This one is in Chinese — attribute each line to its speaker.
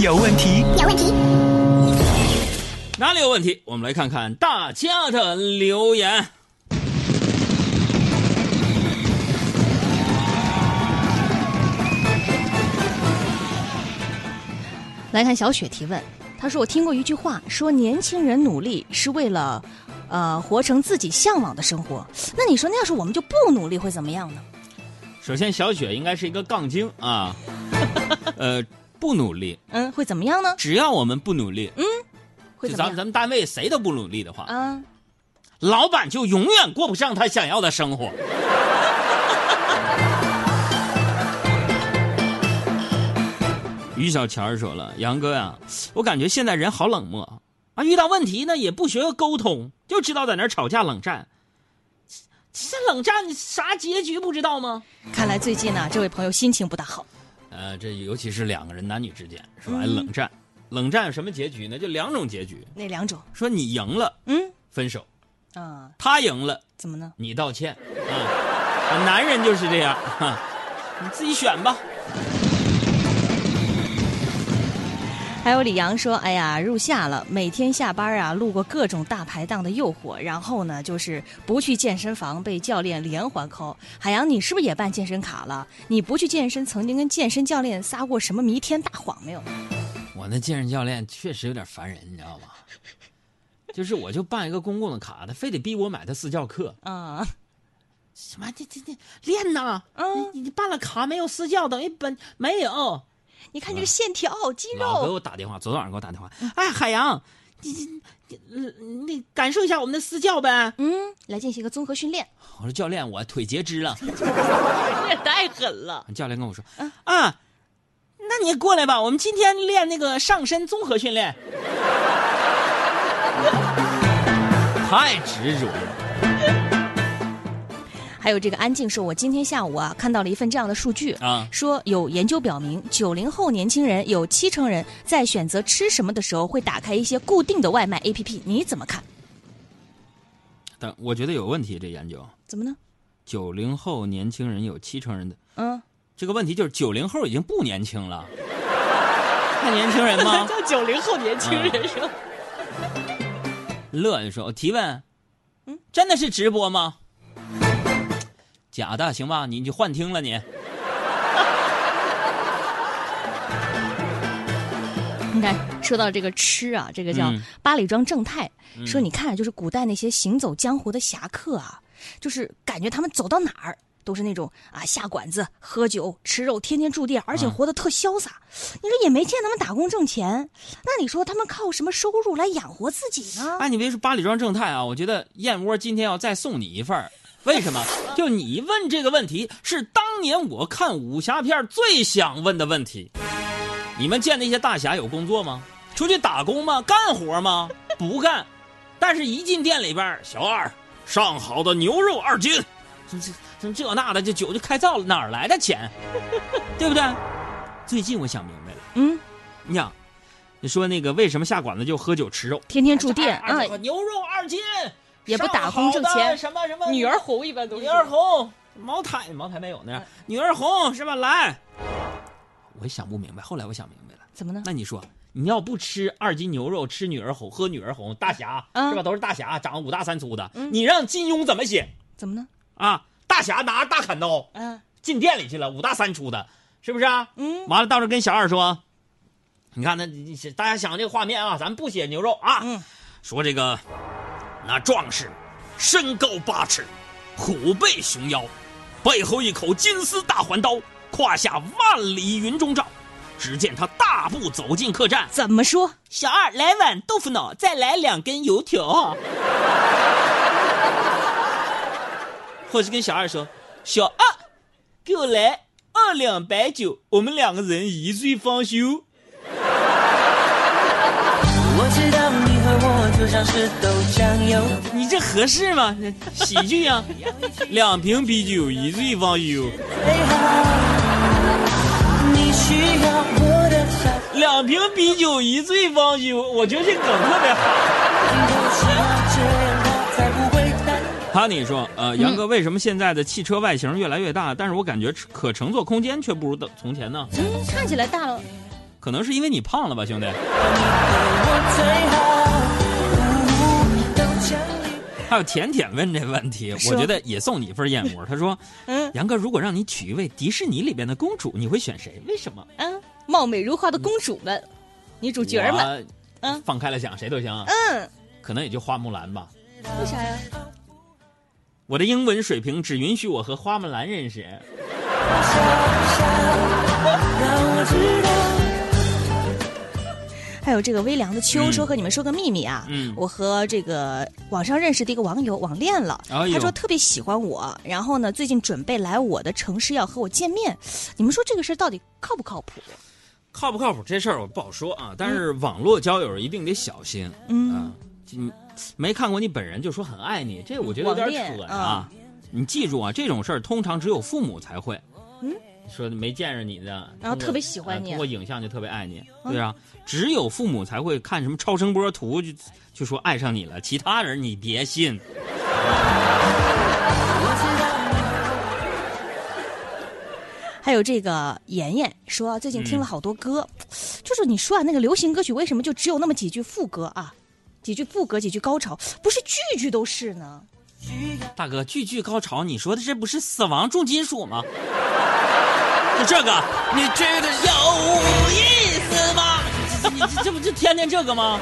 Speaker 1: 有问题，
Speaker 2: 有问题，
Speaker 3: 哪里有问题？我们来看看大家的留言。
Speaker 4: 来看小雪提问，她说：“我听过一句话，说年轻人努力是为了，呃，活成自己向往的生活。那你说，那要是我们就不努力，会怎么样呢？
Speaker 3: 首先，小雪应该是一个杠精啊， 呃，不努力，
Speaker 4: 嗯，会怎么样呢？
Speaker 3: 只要我们不努力，
Speaker 4: 嗯会
Speaker 3: 就
Speaker 4: 怎
Speaker 3: 咱
Speaker 4: 么样？
Speaker 3: 们咱们单位谁都不努力的话，
Speaker 4: 啊，
Speaker 3: 老板就永远过不上他想要的生活。于小钱儿说了：“杨哥呀、我感觉现在人好冷漠啊，遇到问题呢也不学个沟通，就知道在那儿吵架冷战。这这冷战啥结局不知道吗？
Speaker 4: 看来最近呢、这位朋友心情不大好。
Speaker 3: 呃，这尤其是两个人男女之间是吧？冷战，冷战有什么结局呢？就两种结局：
Speaker 4: 那两种，
Speaker 3: 说你赢了
Speaker 4: 嗯，
Speaker 3: 分手，
Speaker 4: 啊，
Speaker 3: 他赢了
Speaker 4: 怎么呢？
Speaker 3: 你道歉啊！男人就是这样，哈，你自己选吧。
Speaker 4: 还有李阳说：“哎呀，入夏了，每天下班啊，路过各种大排档的诱惑，然后呢，就是不去健身房被教练连环扣。海洋，你是不是也办健身卡了？你不去健身，曾经跟健身教练撒过什么弥天大谎没有？
Speaker 3: 我那健身教练确实有点烦人，你知道吗？ 就是我就办一个公共的卡，他非得逼我买他私教课。
Speaker 4: 啊、
Speaker 3: 什么？这这这练呐？
Speaker 4: 嗯
Speaker 3: 你你办了卡没有私教，等于本没有。
Speaker 4: 你看这个线条、肌
Speaker 3: 老给
Speaker 4: 肉，
Speaker 3: 我打电话，昨天晚上给我打电话。哎，海洋，你你你嗯你感受一下我们的私教呗。
Speaker 4: 嗯，来进行一个综合训练，
Speaker 3: 我说教练，我腿截肢 了。
Speaker 4: 这也太狠了。
Speaker 3: 教练跟我说：“啊，那你过来吧，我们今天练那个上身综合训练。”太执着了。
Speaker 4: 还有这个安静说，我今天下午啊看到了一份这样的数据
Speaker 3: 啊
Speaker 4: 说有研究表明，九零后年轻人有七成人在选择吃什么的时候会打开一些固定的外卖 APP，你怎么看？
Speaker 3: 但我觉得有问题，这研究，
Speaker 4: 怎么呢？
Speaker 3: 九零后年轻人有七成人的
Speaker 4: 嗯，
Speaker 3: 这个问题就是九零后已经不年轻了，看年轻人吗？
Speaker 4: 叫九零后年轻人是吧？
Speaker 3: 乐就说：“我提问，真的是直播吗？假的，行吧，你就幻听了你。”
Speaker 4: 你看，说到这个吃啊，这个叫
Speaker 3: 嗯
Speaker 4: 八里庄正太、说，你看，就是古代那些行走江湖的侠客啊，就是感觉他们走到哪儿都是那种啊下馆子、喝酒、吃肉，天天住店，而且
Speaker 3: 嗯
Speaker 4: 活得特潇洒。你说也没见他们打工挣钱，那你说他们靠什么收入来养活自己呢？
Speaker 3: 哎，你别说八里庄正太啊，我觉得燕窝今天要再送你一份儿。为什么？ 就你问这个问题，是当年我看武侠片儿最想问的问题。你们见那些大侠有工作吗？出去打工吗？干活吗？不干。但是，一进店里边儿，小二，上好的牛肉二斤，这这这这那的，这酒就开造了，哪儿来的钱？ 对不对？最近我想明白了，
Speaker 4: 嗯，
Speaker 3: 你想，你说那个为什么下馆子就喝酒吃肉？
Speaker 4: 天天住店
Speaker 3: 啊，
Speaker 4: 啊，
Speaker 3: 哎牛肉二斤，
Speaker 4: 也不打工挣
Speaker 3: 上好的
Speaker 4: 钱
Speaker 3: 什么什么
Speaker 4: 哎红一般都
Speaker 3: 女儿红，茅台茅台没有那
Speaker 4: 嗯
Speaker 3: 样，女儿红是吧？来，我想不明白，后来我想明白了，
Speaker 4: 怎么呢？
Speaker 3: 那你说。你要不吃二斤牛肉，吃女儿红，喝女儿红，大侠、
Speaker 4: 嗯
Speaker 3: 是吧？都是大侠，长得五大三粗的。你让金庸怎么写
Speaker 4: 怎么呢？
Speaker 3: 啊？大侠拿着大砍刀
Speaker 4: 嗯、
Speaker 3: 进店里去了，五大三粗的，是不是啊？
Speaker 4: 嗯
Speaker 3: 完了，到时候跟小二说，你看那你你大家想这个画面啊，咱不写牛肉啊，
Speaker 4: 嗯
Speaker 3: 说这个那壮士身高八尺，虎背熊腰，背后一口金丝大环刀，胯下万里云中照。只见他大步走进客栈，
Speaker 4: 怎么说？
Speaker 3: 小二来碗豆腐脑，再来两根油条。 或是跟小二说：“小二，给我来二两白酒，我们两个人一醉方休。
Speaker 5: 我知道你和我就像是豆浆油。”
Speaker 3: 你这合适吗？ 喜剧啊，两瓶啤酒一醉方休，
Speaker 5: 最好，你需要我的照
Speaker 3: 两瓶啤酒一醉方休。我觉得这梗特别好。
Speaker 5: 顾，就是要这样，我才不会担心。
Speaker 3: 哈尼说：“呃，杨哥，为什么现在的汽车外形越来越大，但是我感觉可乘坐空间却不如的从前呢？
Speaker 4: 嗯，看起来大了，
Speaker 3: 可能是因为你胖了吧，兄弟。还有甜甜问这问题，
Speaker 4: 说
Speaker 3: 我觉得也送你一份燕窝。他说
Speaker 4: 嗯：“
Speaker 3: 杨哥，如果让你娶一位迪士尼里边的公主，你会选谁？为什么
Speaker 4: 嗯，貌美如花的公主们，女？”主角们，
Speaker 3: 我
Speaker 4: 嗯
Speaker 3: 放开了讲，谁都行。啊
Speaker 4: 嗯，
Speaker 3: 可能也就花木兰吧。
Speaker 4: 为啥呀？
Speaker 3: 我的英文水平只允许我和花木兰认识。
Speaker 4: 还有这个微凉的秋
Speaker 3: 嗯
Speaker 4: 说和你们说个秘密啊，
Speaker 3: 嗯
Speaker 4: 我和这个网上认识的一个网友网恋了，
Speaker 3: 哎呦
Speaker 4: 他说特别喜欢我，然后呢最近准备来我的城市要和我见面，你们说这个事儿到底靠不靠谱？
Speaker 3: 靠不靠谱这事儿我不好说啊，但是网络交友一定得小心。
Speaker 4: 嗯
Speaker 3: 啊，你没看过你本人就说很爱你，这我觉得有点扯
Speaker 4: 网恋
Speaker 3: 啊
Speaker 4: 啊。
Speaker 3: 你记住啊，这种事儿通常只有父母才会。嗯，说没见着你的，
Speaker 4: 然后
Speaker 3: 通过
Speaker 4: 特别喜欢你嗯
Speaker 3: 啊通过影像就特别爱你，对啊，只有父母才会看什么超声波图就就说爱上你了，其他人你别信。
Speaker 4: 还有这个妍妍说最近听了
Speaker 3: 嗯
Speaker 4: 好多歌，就是你说啊那个流行歌曲为什么就只有那么几句副歌啊，几句副歌几句高潮，不是句句都是呢？
Speaker 3: 大哥，句句高潮，你说的这不是死亡重金属吗？就这个，你觉得有意思吗？这这这这不就天天这个吗？